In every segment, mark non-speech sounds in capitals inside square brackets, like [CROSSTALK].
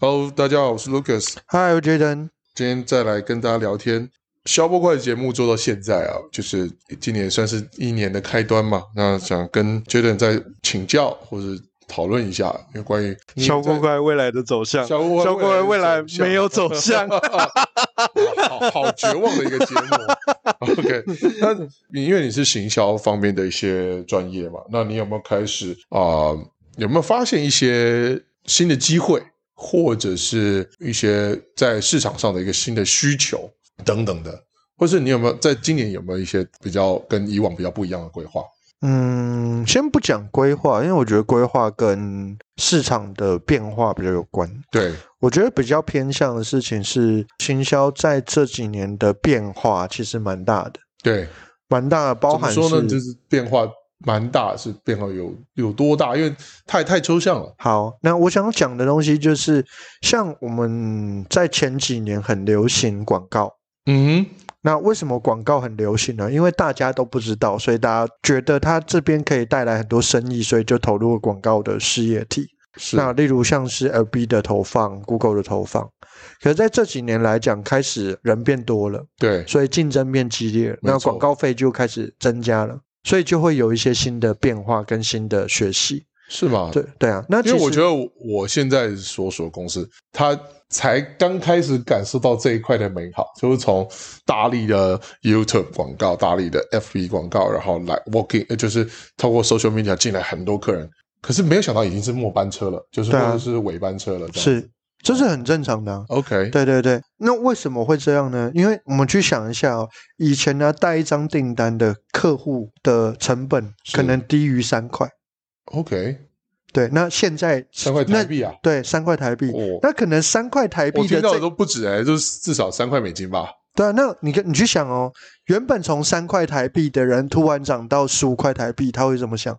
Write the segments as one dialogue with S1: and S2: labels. S1: Hello，大家好，我是 Lucas，
S2: 嗨，我觉得
S1: 今天再来跟大家聊天。消波快的节目做到现在啊，就是今年算是一年的开端嘛。那想跟 Jaden 再请教或者讨论一下，有关于
S2: 小锅怪未来的走向，
S1: 小锅
S2: 小
S1: 怪
S2: 怪未来
S1: 的走向
S2: 没有走向，
S1: 好好绝望的一个节目。OK，那你因为你是行销方面的一些专业嘛，那你有没有开始啊、有没有发现一些新的机会，或者是一些在市场上的一个新的需求等等的？或是你有没有在今年有没有一些比较跟以往比较不一样的规划？
S2: 嗯，先不讲规划，因为我觉得规划跟市场的变化比较有关。
S1: 对，
S2: 我觉得比较偏向的事情是，行销在这几年的变化其实蛮大的，
S1: 对，
S2: 蛮大的，包
S1: 怎么
S2: 含
S1: 说呢？就是是变化蛮大，是变化有有多大？因为太太抽象了。
S2: 好，那我想讲的东西就是，像我们在前几年很流行广告。
S1: 嗯
S2: 那为什么广告很流行呢？因为大家都不知道，所以大家觉得它这边可以带来很多生意，所以就投入了广告的事业体。
S1: 哼，是
S2: 那例如像是 LB 的投放、Google 的投放，可是在这几年来讲，开始人变多了，
S1: 对，
S2: 所以竞争变激烈了，
S1: 没
S2: 那
S1: 错
S2: 广告费就开始增加了，所以就会有一些新的变化跟新的学习。
S1: 是吗？
S2: 对对啊，那其
S1: 因
S2: 实
S1: 为我觉得我我现在所属的公司，它才刚开始感受到这一块的美好，就是从大力的 YouTube 广告、大力的 FB 广告，然后来 walking，呃就是透过 social media 进来很多客人，可是没有想到已经是末班车了，就是或
S2: 对啊
S1: 者是尾班车了，这样
S2: 是这是很正常的啊、
S1: OK，
S2: 对对对，那为什么会这样呢？因为我们去想一下哦，以前呢带一张订单的客户的成本
S1: 是
S2: 可能低于三块，
S1: OK，
S2: 对，那现在
S1: 三块台币啊，
S2: 那对，三块台币，
S1: 哦
S2: 那可能三块台
S1: 我
S2: 币
S1: 听
S2: 的
S1: 到的
S2: 这
S1: 都不止哎、就是至少三块美金吧，
S2: 对啊，那你跟你去想哦，原本从三块台币的人突然涨到十五块台币，他会怎么想？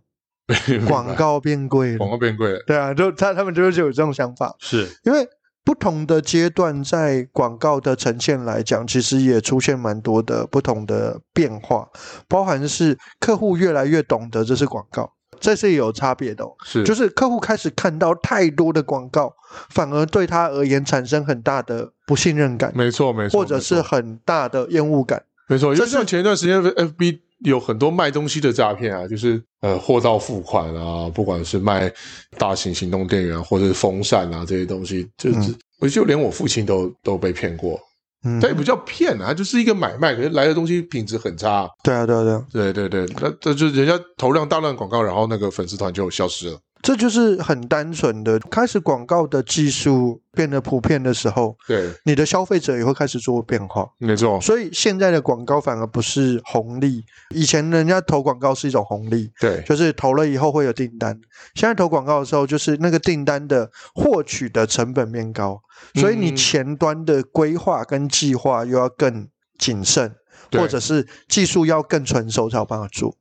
S2: 广告变贵
S1: 广
S2: 了，
S1: 告变贵了，
S2: 对啊，就他他们就是有这种想法，
S1: 是
S2: 因为不同的阶段在广告的呈现来讲，其实也出现蛮多的不同的变化，包含是客户越来越懂得这是广告，这是有差别的、哦。
S1: 是
S2: 就是是客户开始看到太多的广告，反而对他而言产生很大的不信任感，
S1: 没错没错，
S2: 或者是
S1: 没错
S2: 很大的厌恶感。
S1: 没错，
S2: 这
S1: 就是像前一段时间 FB 有很多卖东西的诈骗啊，就是呃货到付款啊，不管是卖大型行动电源啊或者是风扇啊这些东西，就是、我就连我父亲都都被骗过。
S2: 嗯
S1: 他也不叫骗啊，它就是一个买卖，可是来的东西品质很差。
S2: 对啊，对啊，对啊，
S1: 对对对，那这就人家投量大量广告，然后那个粉丝团就消失了。
S2: 这就是很单纯的。开始广告的技术变得普遍的时候，
S1: 对，
S2: 你的消费者也会开始做变化。
S1: 没错，
S2: 所以现在的广告反而不是红利，以前人家投广告是一种红利，
S1: 对
S2: 就是投了以后会有订单。现在投广告的时候，就是那个订单的获取的成本变高，所以你
S1: 嗯
S2: 前端的规划跟计划又要更谨慎，
S1: 对
S2: 或者是技术要更成熟才有办法做。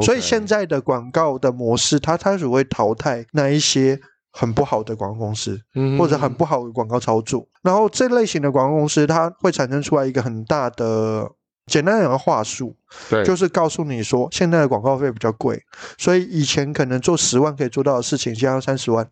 S2: 所以现在的广告的模式，它它只会淘汰那一些很不好的广告公司，
S1: 嗯
S2: 或者很不好的广告操作。然后这类型的广告公司，它会产生出来一个很大的。简单讲的话术，
S1: 对，
S2: 就是告诉你说，现在的广告费比较贵，所以以前可能做十万可以做到的事情，现在要三十万，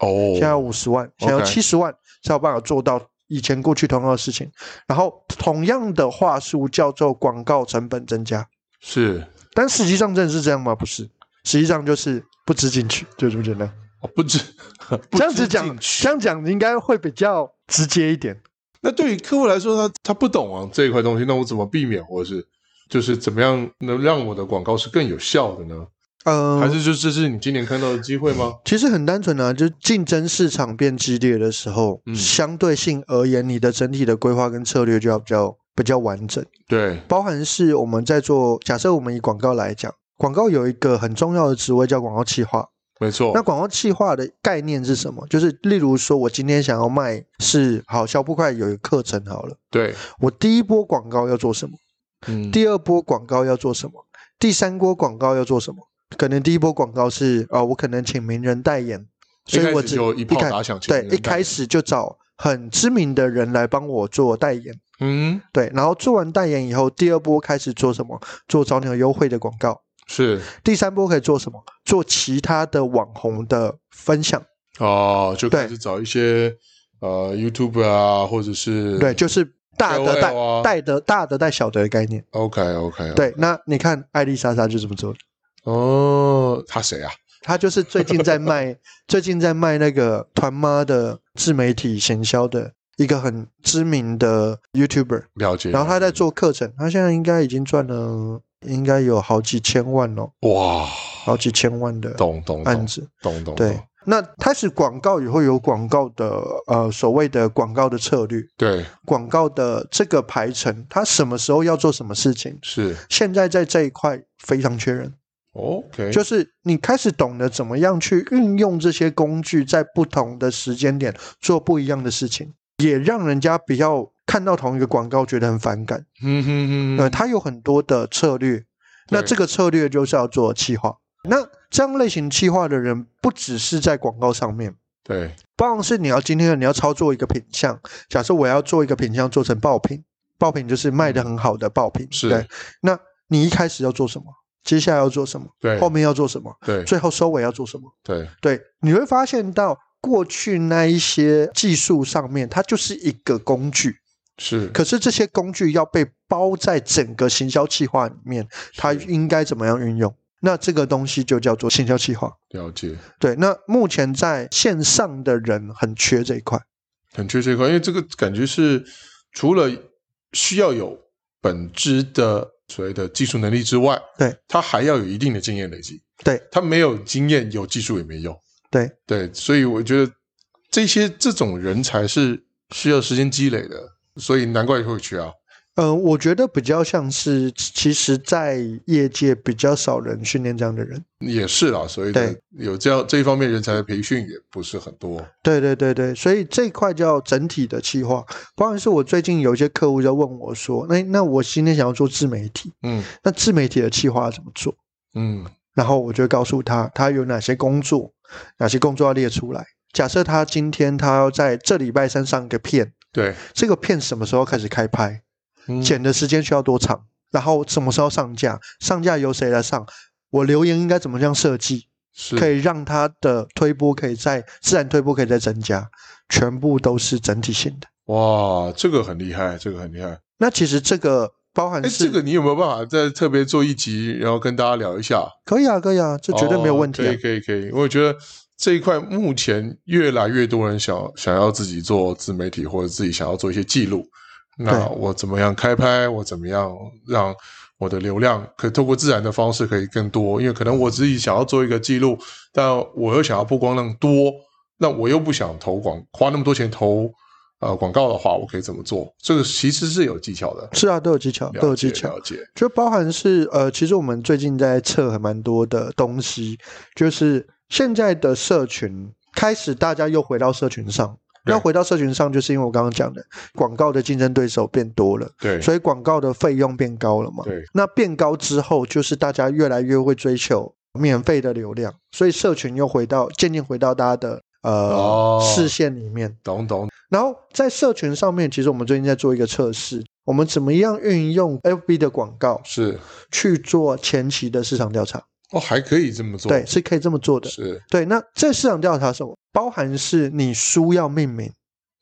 S1: 哦，
S2: 现在要五十万，现在要
S1: OK
S2: 七十万，才有办法做到以前过去同样的事情。然后同样的话术叫做广告成本增加，
S1: 是
S2: 但实际上真的是这样吗？不是，实际上就是不吃进去，就这么简单。
S1: 哦不止 [LAUGHS] 不
S2: 这样子
S1: 知
S2: 讲
S1: 进，去
S2: 这样讲应该会比较直接一点。
S1: 那对于客户来说，他他不懂啊这一块东西，那我怎么避免，或者是就是怎么样能让我的广告是更有效的呢？
S2: 嗯、
S1: 还是就这是你今年看到的机会吗？
S2: 其实很单纯啊，就是竞争市场变激烈的时候，
S1: 嗯
S2: 相对性而言，你的整体的规划跟策略就要比较比较完整，
S1: 对，
S2: 包含是我们在做。假设我们以广告来讲，广告有一个很重要的职位叫广告企划。
S1: 没错
S2: 那，广告企划的概念是什么？就是例如说，我今天想要卖是好小布快有一个课程好了，
S1: 对，
S2: 我第一波广告要做什么？
S1: 嗯，
S2: 第二波广告要做什么，第三波广告要做什么。可能第一波广告是啊、呃我可能请名人代言，所以我只
S1: 一开始就一炮
S2: 开
S1: 打响请名人，
S2: 对
S1: 代
S2: 一
S1: 言
S2: 开始就找很知名的人来帮我做代言，
S1: 嗯，
S2: 对，然后做完代言以后，第二波开始做什么？做找你有优惠的广告。
S1: 是
S2: 第三波可以做什么？做其他的网红的分享，
S1: 哦，就开始找一些呃 YouTube 啊，或者是
S2: 对，就是大的带
S1: KOL 啊
S2: 带的大的带小的概念。
S1: OK OK
S2: 对，那你看艾丽莎莎就这么做的，
S1: 哦，他谁啊？
S2: 她就是最近
S1: [LAUGHS]
S2: 在卖，最近在卖那个团妈的自媒体行销的一个很知名的 YouTuber，
S1: 了解。
S2: 然后她在做课程，她现在应该已经赚了，应该有好几千万哦，
S1: 哇，
S2: 好几千万的
S1: 懂懂
S2: 案
S1: 懂
S2: 子。
S1: 懂懂
S2: 对
S1: 懂，
S2: 那开始广告也会有广告的呃所谓的广告的策略，
S1: 对
S2: 广告的这个排程，它什么时候要做什么事情。
S1: 是
S2: 现在在这一块非常缺人，
S1: OK，
S2: 就是你开始懂得怎么样去运用这些工具，在不同的时间点做不一样的事情，也让人家比较看到同一个广告觉得很反感。
S1: 嗯哼
S2: 呃，
S1: 哼
S2: 它有很多的策略，那这个策略就是要做企划。那这样类型企划的人，不只是在广告上面，
S1: 对
S2: 包含是你要今天你要操作一个品相，假设我要做一个品相做成爆品，爆品就是卖的很好的爆品，
S1: 嗯是
S2: 对。那你一开始要做什么？接下来要做什么？
S1: 对
S2: 后面要做什么？
S1: 对
S2: 最后收尾要做什么？
S1: 对
S2: 对，你会发现到过去那一些技术上面，它就是一个工具，
S1: 是
S2: 可是这些工具要被包在整个行销企划里面，它应该怎么样运用？那这个东西就叫做行销企划。
S1: 了解。
S2: 对，那目前在线上的人很缺这一块。
S1: 很缺这一块，因为这个感觉是除了需要有本质的所谓的技术能力之外，
S2: 对，
S1: 他还要有一定的经验累积。
S2: 对，
S1: 他没有经验，有技术也没用。
S2: 对
S1: 对，所以我觉得这些这种人才是需要时间积累的，所以难怪会缺啊。
S2: 嗯、我觉得比较像是，其实，在业界比较少人训练这样的人。
S1: 也是啦，所以的
S2: 对
S1: 有这样这一方面人才的培训也不是很多。
S2: 对对对对，所以这一块叫整体的企划。关键是我最近有一些客户就问我说：“那那我今天想要做自媒体，
S1: 嗯
S2: 那自媒体的企划怎么做
S1: 嗯，？”
S2: 然后我就告诉他，他有哪些工作，哪些工作要列出来。假设他今天他要在这礼拜三上一个片，
S1: 对，
S2: 这个片什么时候开始开拍？
S1: 嗯
S2: 剪的时间需要多长？然后什么时候上架？上架由谁来上？我留言应该怎么样设计，
S1: 是
S2: 可以让它的推波可以在自然推波可以再增加，全部都是整体性的。
S1: 哇，这个很厉害，这个很厉害。
S2: 那其实这个包含
S1: 哎，
S2: 是
S1: 这个你有没有办法再特别做一集，然后跟大家聊一下？
S2: 可以啊，可以啊，这绝对没有问题啊。
S1: 哦可以可以可以，我觉得这一块目前越来越多人想想要自己做自媒体，或者自己想要做一些记录。那
S2: 对
S1: 我怎么样开拍？我怎么样让我的流量可以透过自然的方式可以更多？因为可能我自己想要做一个记录，但我又想要曝光量多，那我又不想投广花那么多钱投呃广告的话，我可以怎么做？这个其实是有技巧的，
S2: 是啊，都有技巧，都有
S1: 了解
S2: 技巧。
S1: 了解。
S2: 就包含是呃，其实我们最近在测很蛮多的东西，就是现在的社群开始大家又回到社群上。
S1: 对
S2: 那回到社群上，就是因为我刚刚讲的，广告的竞争对手变多了，
S1: 对
S2: 所以广告的费用变高了嘛。
S1: 对，
S2: 那变高之后，就是大家越来越会追求免费的流量，所以社群又回到渐渐回到大家的呃、
S1: 哦
S2: 视线里面。
S1: 懂懂
S2: 然后在社群上面，其实我们最近在做一个测试，我们怎么样运用 FB 的广告
S1: 是
S2: 去做前期的市场调查？
S1: 哦，还可以这么做，
S2: 对，是可以这么做的。
S1: 是
S2: 对，那这市场调查什么？包含是你书要命名、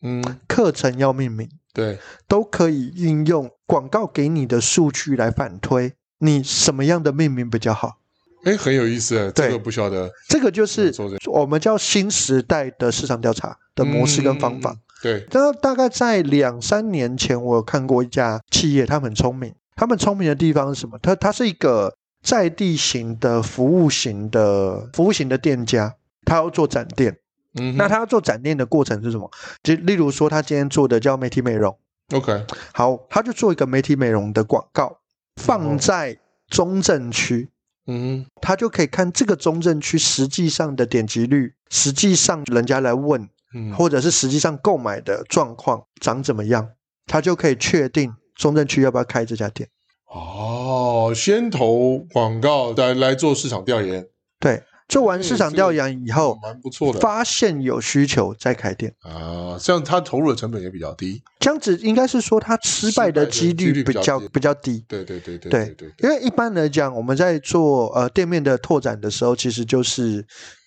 S1: 嗯
S2: 课程要命名，
S1: 对。
S2: 都可以运用广告给你的数据来反推你什么样的命名比较好。
S1: 哎，很有意思啊，
S2: 对
S1: 这个不晓得
S2: 这个就是
S1: 没错没
S2: 我们叫新时代的市场调查的模式跟方法。
S1: 嗯对，
S2: 那大概在两三年前，我有看过一家企业，他们很聪明。他们聪明的地方是什么？它它是一个在地型的服务型的服务型的店家，他要做展店。
S1: 嗯哼，
S2: 那他要做展店的过程是什么？就例如说，他今天做的叫媒体美容，
S1: OK，
S2: 好，他就做一个媒体美容的广告，
S1: 哦
S2: 放在中正区。
S1: 嗯哼，
S2: 他就可以看这个中正区实际上的点击率，实际上人家来问，
S1: 嗯，
S2: 或者是实际上购买的状况长怎么样，他就可以确定中正区要不要开这家店。
S1: 哦，先投广告来来做市场调研，
S2: 对，做完
S1: 嗯
S2: 市场
S1: 这个
S2: 调研以后，
S1: 蛮不错的
S2: 发现有需求再开店，
S1: 啊，这样他投入的成本也比较低，
S2: 这样子应该是说他失败的几
S1: 失败的几率
S2: 率
S1: 比较
S2: 比较
S1: 低
S2: 比较低。
S1: 对对对对
S2: 对
S1: 对对，
S2: 因为一般来讲，我们在做呃店面的拓展的时候，其实就是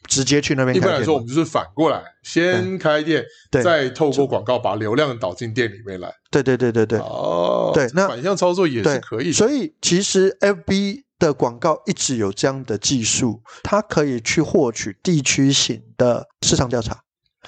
S2: 直接去那边
S1: 一
S2: 开
S1: 般来
S2: 店吗
S1: 说，我们就是反过来，先开店，
S2: 对
S1: 再透过广告把流量导进店里面来。
S2: 对对对对对
S1: 哦，
S2: 对那
S1: 反向操作也是
S2: 对，
S1: 可以的。
S2: 所以其实 FB 的广告一直有这样的技术，它可以去获取地区型的市场调查，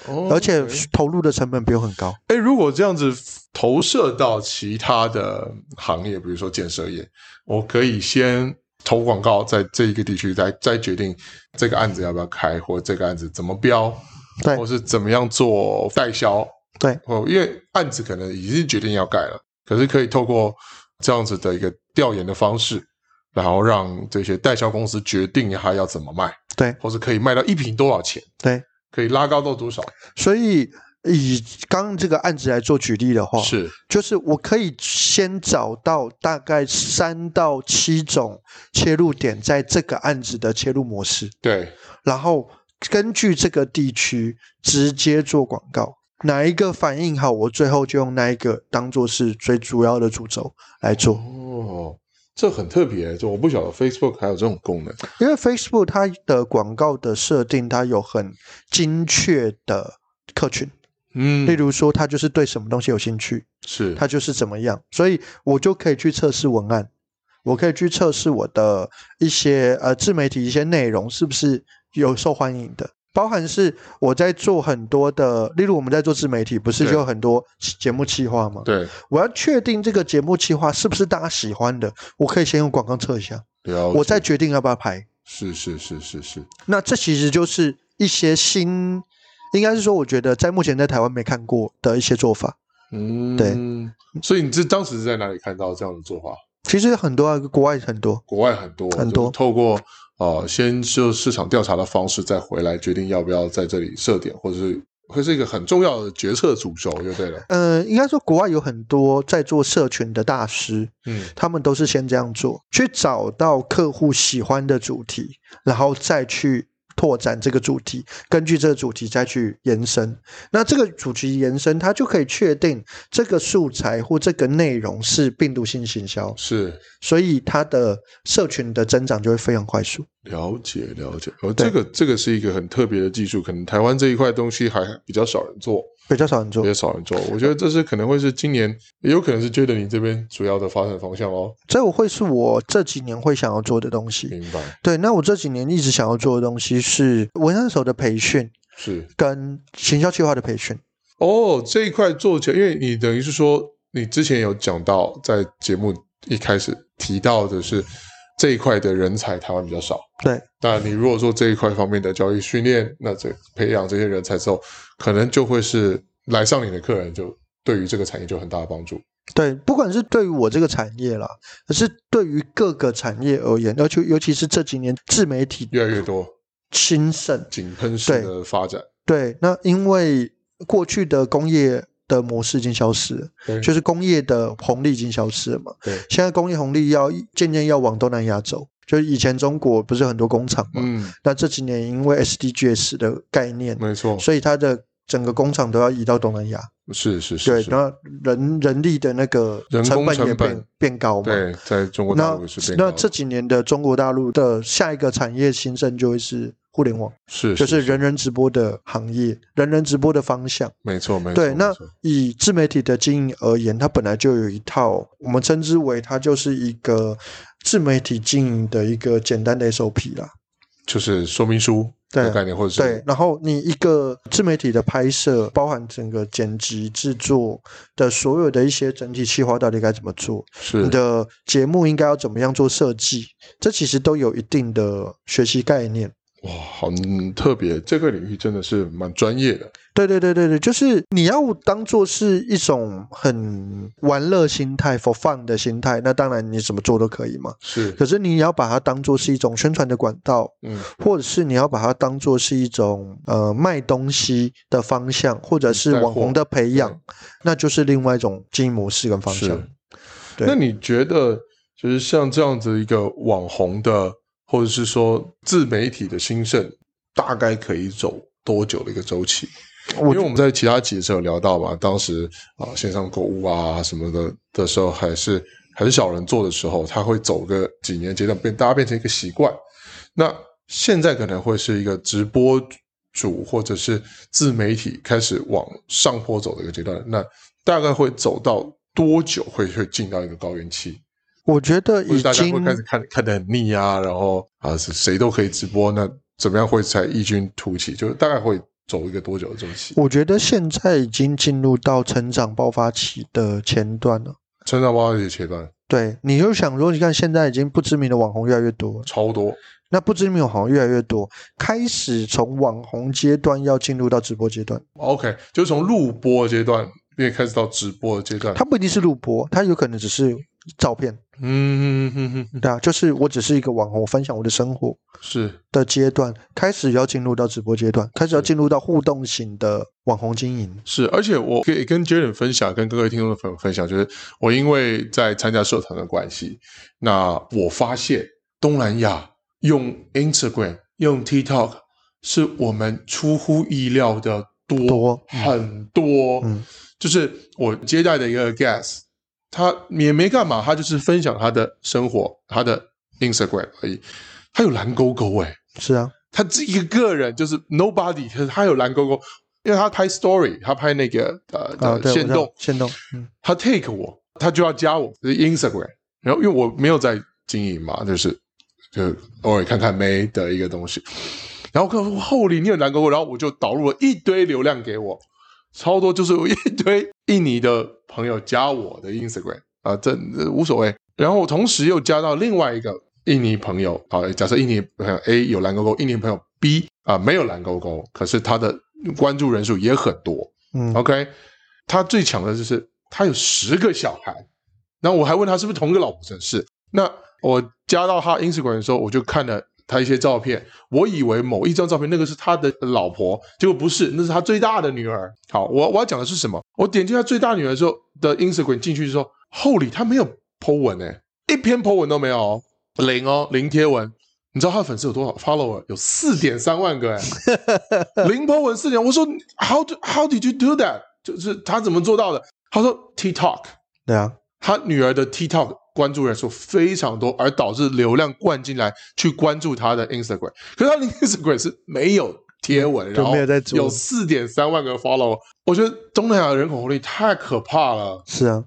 S1: 哦
S2: 而且
S1: OK
S2: 投入的成本不用很高。
S1: 哎，如果这样子投射到其他的行业，比如说建设业，我可以先投广告在这一个地区，再再决定这个案子要不要开，或这个案子怎么标，
S2: 对
S1: 或是怎么样做代销，
S2: 对，
S1: 哦，因为案子可能已经决定要盖了，可是可以透过这样子的一个调研的方式，然后让这些代销公司决定它要怎么卖，
S2: 对
S1: 或是可以卖到一瓶多少钱，
S2: 对，
S1: 可以拉高到多少，
S2: 所以以刚刚这个案子来做举例的话，
S1: 是
S2: 就是我可以先找到大概三到七种切入点，在这个案子的切入模式，
S1: 对。
S2: 然后根据这个地区直接做广告，哪一个反应好，我最后就用那一个当做是最主要的主轴来做。
S1: 哦，这很特别，就我不晓得 Facebook 还有这种功能。
S2: 因为 Facebook 它的广告的设定，它有很精确的客群，
S1: 嗯
S2: 例如说它就是对什么东西有兴趣，
S1: 是
S2: 它就是怎么样，所以我就可以去测试文案，我可以去测试我的一些呃自媒体一些内容是不是有受欢迎的，包含是我在做很多的，例如我们在做自媒体，不是
S1: 对
S2: 就有很多节目企划吗？
S1: 对，
S2: 我要确定这个节目企划是不是大家喜欢的，我可以先用广告测一下，
S1: 了解
S2: 我再决定要不要拍。
S1: 是是是是是，
S2: 那这其实就是一些新，应该是说我觉得在目前在台湾没看过的一些做法。
S1: 嗯
S2: 对。
S1: 所以你这当时是在哪里看到这样的做法？
S2: 其实很多啊，国外很多，
S1: 国外很多
S2: 很多
S1: 就是透过呃先就市场调查的方式再回来决定要不要在这里设点，或者是会是一个很重要的决策主轴就对了。
S2: 呃，应该说国外有很多在做社群的大师，
S1: 嗯，
S2: 他们都是先这样做，去找到客户喜欢的主题，然后再去拓展这个主题，根据这个主题再去延伸。那这个主题延伸，它就可以确定这个素材或这个内容是病毒性行销，
S1: 是
S2: 所以它的社群的增长就会非常快速。
S1: 了解了解。呃，
S2: 对
S1: 这个这个是一个很特别的技术，可能台湾这一块东西还比较少人做。
S2: 比较少人做
S1: 比较，少人做。我觉得这是可能会是今年，也有可能是觉得你这边主要的发展方向哦。
S2: 这我会是我这几年会想要做的东西。
S1: 明白，
S2: 对，那我这几年一直想要做的东西是文案手的培训
S1: 是
S2: 跟行销计划的培训。
S1: 哦，这一块做起来，因为你等于是说，你之前有讲到在节目一开始提到的是这一块的人才台湾比较少。
S2: 对，
S1: 那你如果做这一块方面的教育训练，那这培养这些人才之后，可能就会是来上你的客人就对于这个产业就很大的帮助。
S2: 对，不管是对于我这个产业啦，可是对于各个产业而言，而且尤其是这几年自媒体
S1: 越来越多
S2: 兴盛，
S1: 井喷式
S2: 对
S1: 的发展，
S2: 对，那因为过去的工业的模式已经消失了，
S1: 对
S2: 就是工业的红利已经消失了嘛。
S1: 对
S2: 现在工业红利要渐渐要往东南亚走，就是以前中国不是很多工厂嘛，
S1: 嗯，
S2: 那这几年因为 SDGs 的概念，
S1: 没错，
S2: 所以它的整个工厂都要移到东南亚，
S1: 是是是，
S2: 对，
S1: 是
S2: 然后人人力的那个
S1: 人工
S2: 成本也
S1: 成本
S2: 变变高嘛。
S1: 对，在中国大
S2: 那
S1: 陆也是变高
S2: 那
S1: 的
S2: 这几年的中国大陆的下一个产业兴盛就会是互联网，
S1: 是
S2: 就是人人直播的行业，人人直播的方向。
S1: 没错没错。
S2: 对，那
S1: 没错
S2: 以自媒体的经营而言，它本来就有一套，我们称之为它就是一个自媒体经营的一个简单的 SOP 啦。
S1: 就是说明书的
S2: 对
S1: 概念，或者是
S2: 对，然后你一个自媒体的拍摄，包含整个剪辑制作的所有的一些整体企划，到底该怎么做？
S1: 是
S2: 你的节目应该要怎么样做设计？这其实都有一定的学习概念。
S1: 哇，好嗯特别，这个领域真的是蛮专业的。
S2: 对对对对对，就是你要当做是一种很玩乐心态、for fun 的心态，那当然你怎么做都可以嘛。
S1: 是
S2: 可是你要把它当做是一种宣传的管道，
S1: 嗯
S2: 或者是你要把它当做是一种呃卖东西的方向，或者
S1: 嗯
S2: 是
S1: 带货
S2: 网红的培
S1: 对
S2: 养，那就是另外一种经营模式跟方向
S1: 是。。
S2: 对
S1: 那你觉得就是像这样子一个网红的，或者是说自媒体的兴盛，大概可以走多久的一个周期？因
S2: 我
S1: 为我们在其他集的时候有聊到嘛，当时啊、线上购物啊什么的的时候，还是很少人做的时候，它会走个几年阶段，变大家变成一个习惯。那现在可能会是一个直播主或者是自媒体开始往上坡走的一个阶段。那大概会走到多久会会进到一个高原期？
S2: 我觉得
S1: 或者
S2: 已
S1: 大家会
S2: 经
S1: 开始看看得很腻啊，然后啊是谁都可以直播，那怎么样会才异军突起？就是大概会走一个多久的周期？
S2: 我觉得现在已经进入到成长爆发期的前段了。
S1: 成长包也切断
S2: 对，你就想说，你看现在已经不知名的网红越来越多了，
S1: 超多，
S2: 那不知名网红越来越多，开始从网红阶段要进入到直播阶段。
S1: OK，就是从录播阶段，也开始到直播的阶段。
S2: 它不一定是录播，它有可能只是照片，
S1: 嗯哼哼哼哼，
S2: 对啊，就是我只是一个网红，我分享我的生活
S1: 是
S2: 的阶段，开始要进入到直播阶段，开始要进入到互动型的网红经营。
S1: 是，而且我可以跟 Jalen 分享，跟各位听众的朋友分享，就是我因为在参加社团的关系，那我发现东南亚用 Instagram、用 TikTok 是我们出乎意料的多
S2: 多嗯
S1: 很多。
S2: 嗯
S1: 就是我接待的一个 guest，他也没干嘛，他就是分享他的生活，他的 Instagram 而已。他有蓝勾勾哎、
S2: 是啊，
S1: 他自己一个人就是 nobody，可是他有蓝勾勾，因为他拍 story，他拍那个呃
S2: 啊，
S1: 呃
S2: 对，
S1: 线动，
S2: 限动，嗯，
S1: 他 take 我，他就要加我就是 Instagram，然后因为我没有在经营嘛，就是就偶尔看看妹的一个东西，然后我看说厚礼你有蓝勾勾，然后我就导入了一堆流量给我，超多就是有一堆印尼的朋友加我的 Instagram 啊，这这无所谓。然后我同时又加到另外一个印尼朋友啊，假设印尼朋友 A 有蓝勾勾，印尼朋友 B 啊没有蓝勾勾，可是他的关注人数也很多，
S2: 嗯
S1: OK，他最强的就是他有十个小孩，然后我还问他是不是同一个老婆城市。那我加到他 Instagram 的时候，我就看了他一些照片，我以为某一张照片那个是他的老婆，结果不是，那是他最大的女儿。好，我我要讲的是什么？我点进他最大女儿的时候的 Instagram 进去之后，后里他没有 po 文诶、一篇 po 文都没有哦，零哦，零贴文。你知道他的粉丝有多少？follower 有四点三万个哎、
S2: [LAUGHS]
S1: 林博文四年，我说 How do How did you do that？就是他怎么做到的？他说 TikTok，
S2: 对啊，
S1: 他女儿的 TikTok 关注人数非常多，而导致流量灌进来去关注他的 Instagram。可是他的 Instagram 是没有贴文，
S2: 就
S1: 然后
S2: 没有在做
S1: 有四点三万个 follow。我觉得东南亚的人口红利太可怕了，
S2: 是啊，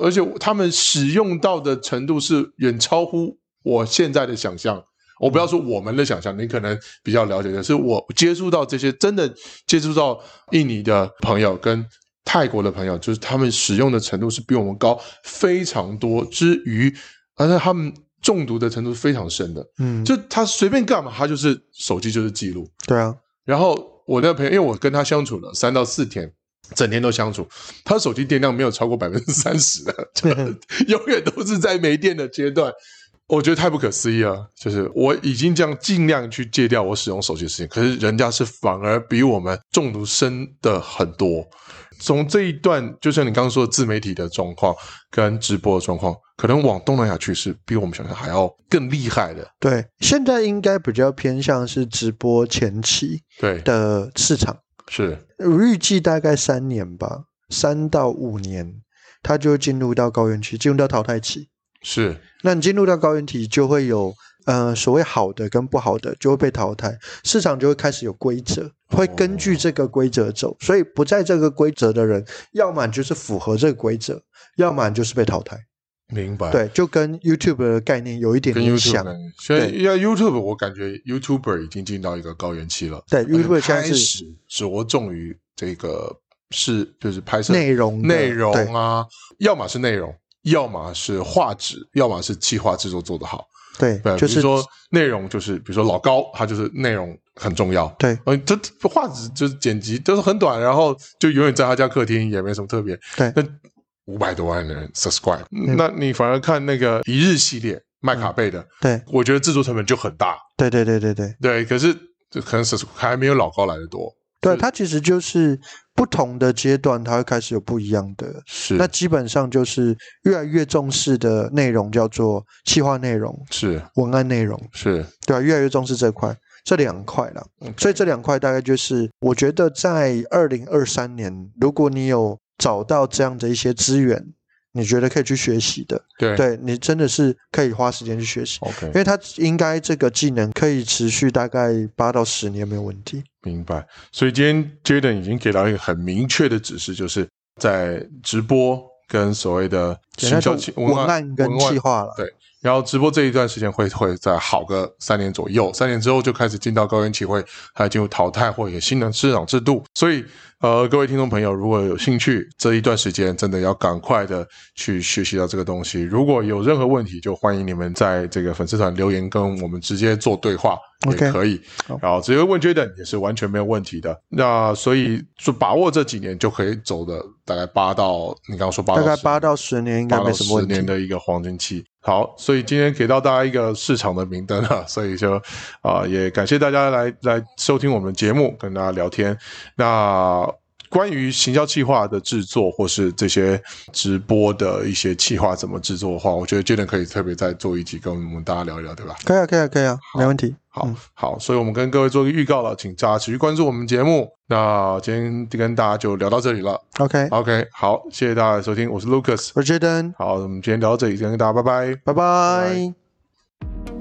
S1: 而且他们使用到的程度是远超乎我现在的想象。我不要说我们的想象，你可能比较了解的是，我接触到这些真的接触到印尼的朋友跟泰国的朋友，就是他们使用的程度是比我们高非常多之余，而且他们中毒的程度是非常深的。
S2: 嗯，
S1: 就他随便干嘛，他就是手机就是记录，
S2: 对啊，
S1: 然后我那个朋友，因为我跟他相处了三到四天，整天都相处，他手机电量没有超过百分之三十的，就 [LAUGHS] 永远都是在没电的阶段。我觉得太不可思议了，就是我已经这样尽量去戒掉我使用手机的时间，可是人家是反而比我们中毒深的很多。从这一段，就像你刚刚说的自媒体的状况跟直播的状况，可能往东南亚去是比我们想象还要更厉害的。
S2: 对，现在应该比较偏向是直播前期
S1: 对，
S2: 的市场，
S1: 是
S2: 我预计大概三年吧，三到五年，它就会进入到高原期，进入到淘汰期。
S1: 是，
S2: 那你进入到高原期，就会有呃所谓好的跟不好的就会被淘汰，市场就会开始有规则，会根据这个规则走，所以不在这个规则的人，要么就是符合这个规则，要么就是被淘汰。
S1: 明白。
S2: 对，就跟 YouTube 的概念有一点
S1: 跟
S2: 点
S1: YouTube
S2: 像。
S1: 感觉现在
S2: 对
S1: 要 YouTube，我感觉 YouTuber 已经进到一个高原期了。
S2: 对，YouTube 现
S1: 嗯开
S2: 在是
S1: 始着重于这个是就是拍摄
S2: 内容的
S1: 内容
S2: 对
S1: 啊，要么是内容，要么是画质，要么是企划制作做得好。
S2: 对
S1: 对，，
S2: 就
S1: 比如
S2: 是
S1: 说内容就是比如说老高，他就是内容很重要。
S2: 对
S1: 呃，这这画质就是剪辑都是很短，然后就永远在他家客厅，也没什么特别。
S2: 对嗯
S1: 那五百多万的人 subscribe，、那你反而看那个一日系列麦卡贝的，
S2: 对
S1: 我觉得制作成本就很大。
S2: 对对对对对
S1: 对，可是这可能 subscribe 还没有老高来的多。
S2: 对，它其实就是不同的阶段，它会开始有不一样的。
S1: 是
S2: 那基本上就是越来越重视的内容叫做企划内容、
S1: 是
S2: 文案内容，
S1: 是
S2: 对啊吧、越来越重视这块，这两块了。
S1: OK
S2: 所以这两块大概就是，我觉得在二零二三年，如果你有找到这样的一些资源，你觉得可以去学习的，
S1: 对
S2: 对你真的是可以花时间去学习，
S1: ，OK，
S2: 因为它应该这个技能可以持续大概八到十年没有问题。
S1: 明白。所以今天 Jaden 已经给到一个很明确的指示，就是在直播跟所谓的
S2: 简
S1: 行销
S2: 单
S1: 企
S2: 就文案跟
S1: 文
S2: 计划了，
S1: 然后直播这一段时间会会再好个三年左右，三年之后就开始进到高原期会，还有进入淘汰或者有新的市场制度。所以，呃，各位听众朋友，如果有兴趣，这一段时间真的要赶快的去学习到这个东西。如果有任何问题，就欢迎你们在这个粉丝团留言，跟我们直接做对话。也
S2: OK
S1: 可以
S2: 好
S1: 然后直接问 Jaden 也是完全没有问题的。那所以就把握这几年就可以走的大概八到你刚刚说八到
S2: 大概
S1: 10
S2: 八到十年应该
S1: 八到
S2: 没什么
S1: 十
S2: 问
S1: 年
S2: 题。
S1: 的一个黄金期。好，所以今天给到大家一个市场的明灯啊，所以就啊、也感谢大家来来收听我们节目，跟大家聊天。那关于行销计划的制作，或是这些直播的一些计划怎么制作的话，我觉得 Jaden 可以特别再做一集跟我们大家聊一聊，对吧？
S2: 可以啊，可以啊，可以啊，没问题。
S1: 好、
S2: 嗯
S1: 好，所以我们跟各位做个预告了，请大家持续关注我们节目。那今天就跟大家就聊到这里了。
S2: OK，
S1: OK，好，谢谢大家的收听，我是 Lucas。
S2: 我是 Jaden，
S1: 好，我们今天聊到这里，先跟大家拜拜。拜
S2: 拜拜。